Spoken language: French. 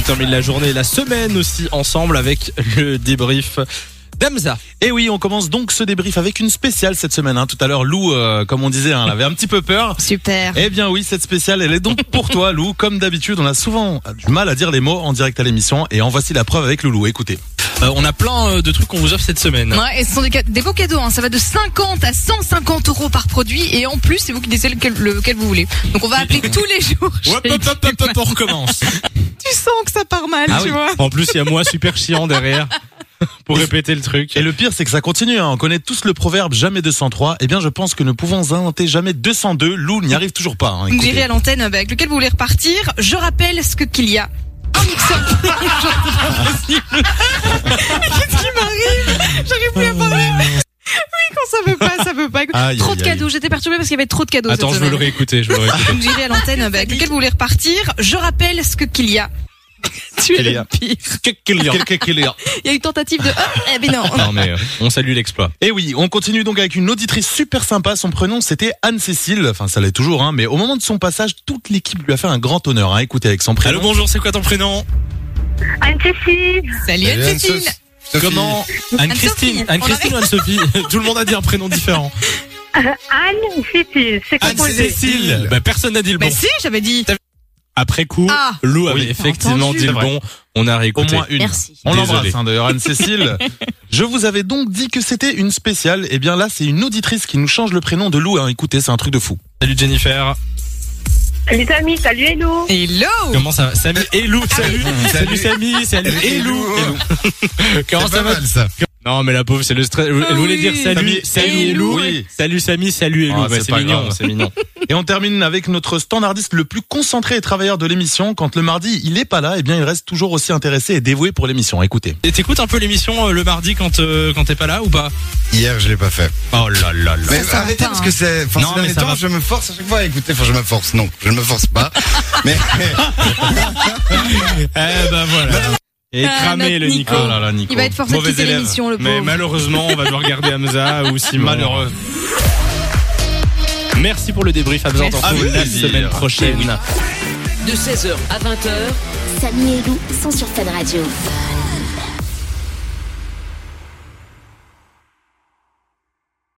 termine la journée et la semaine aussi ensemble avec le débrief d'Amza. Et Eh oui, on commence donc ce débrief avec une spéciale cette semaine. hein. Tout à l'heure, Lou, euh, comme on disait, hein, elle avait un petit peu peur. Super. Eh bien oui, cette spéciale, elle est donc pour toi, Lou. Comme d'habitude, on a souvent du mal à dire les mots en direct à l'émission. Et en voici la preuve avec Loulou. Écoutez. Euh, on a plein euh, de trucs qu'on vous offre cette semaine. Ouais, et ce sont des, ca- des beaux cadeaux, hein. ça va de 50 à 150 euros par produit et en plus c'est vous qui décidez lequel, lequel vous voulez. Donc on va appeler tous les jours. chez- Hop, hop, hop, hop, hop, on recommence. Tu sens que ça part mal, Ah tu vois. En plus, il y a moi super chiant derrière pour répéter le truc. Et le pire, c'est que ça continue. hein. On connaît tous le proverbe jamais 203. Eh bien, je pense que nous pouvons inventer jamais 202. Lou n'y arrive toujours pas. hein. Vous me Écoutez. direz à l'antenne bah, avec lequel vous voulez repartir. Je rappelle ce que qu'il y a. Un mixeur. Qu'est-ce qui m'arrive J'arrive plus à parler. Oui, quand ça veut pas, ça veut pas. Écoute, Aïe, trop aïe, de aïe. cadeaux. J'étais perturbée parce qu'il y avait trop de cadeaux. Attends, cette je veux le semaine. réécouter, je veux le réécouter. Vous me direz à l'antenne bah, avec lequel vous voulez repartir. Je rappelle ce que qu'il y a. Tu es Qu'il y le a. pire. Ah, Quelqu'un qui est là. Il y a eu tentative de. Oh, eh ben non. Non mais euh, on salue l'exploit. Et Eh oui, on continue donc avec une auditrice super sympa. Son prénom, c'était Anne-Cécile. Enfin, ça l'est toujours, hein. Mais au moment de son passage, toute l'équipe lui a fait un grand honneur, hein. Écoutez, avec son prénom. Allô, bonjour, c'est quoi ton prénom Anne-Cécile, Salut Anne-Cécile. Comment Anne-Christine Anne-Sophie. Anne-Christine ou Anne-Sophie Tout le monde a dit un prénom différent. Anne-Cécile, c'est composé. Anne-Cécile Bah personne n'a dit le bon. Bah si, j'avais dit. Après coup, Ah. Lou Oui, avait t'as effectivement entendu. dit le C'est vrai. bon. On a Au réécouté. moins une. Merci. On Désolé. l'embrasse hein, d'ailleurs, Anne-Cécile. Je vous avais donc dit que c'était une spéciale. Eh bien là, c'est une auditrice qui nous change le prénom de Lou. Hein. Écoutez, c'est un truc de fou. Salut Jennifer. Salut Samy, salut Hello. Hello. Comment ça va Samy et Lou, salut. Ah Salut Salut. Samy, salut et Lou. Et Lou. Comment C'est ça pas va mal ça. Non mais la pauvre, c'est le stress. Elle voulait oui. dire salut, Samy, salut et et Lou. Lou. Oui. Salut Samy, salut et Lou. Ah, Bah, c'est C'est pas mignon, grave. c'est mignon. Et on termine avec notre standardiste le plus concentré et travailleur de l'émission. Quand le mardi, il est pas là, eh bien, il reste toujours aussi intéressé et dévoué pour l'émission. Écoutez. Et t'écoutes un peu l'émission euh, le mardi quand euh, quand t'es pas là ou pas Hier, je l'ai pas fait. Oh là là là. ça Mais va arrêtez pas, parce hein. que c'est. Enfin, Non, ces mais derniers ça temps, va. je me force à chaque fois à écouter. Enfin, je me force. Non, je ne me force pas. mais, mais- Eh ben voilà. Et Ah, cramé notre le Nico. Nico. Oh là là, Nico. Il va être forcé de Mauvais quitter élève. l'émission, le Mais pauvre. malheureusement, on va devoir garder Hamza ou Simon. Malheureux. Merci pour le débrief, Hamza. On te Merci. retrouve la Avec plaisir. semaine prochaine. De 16h à 20h, Samy et Lou sont sur Fun Radio.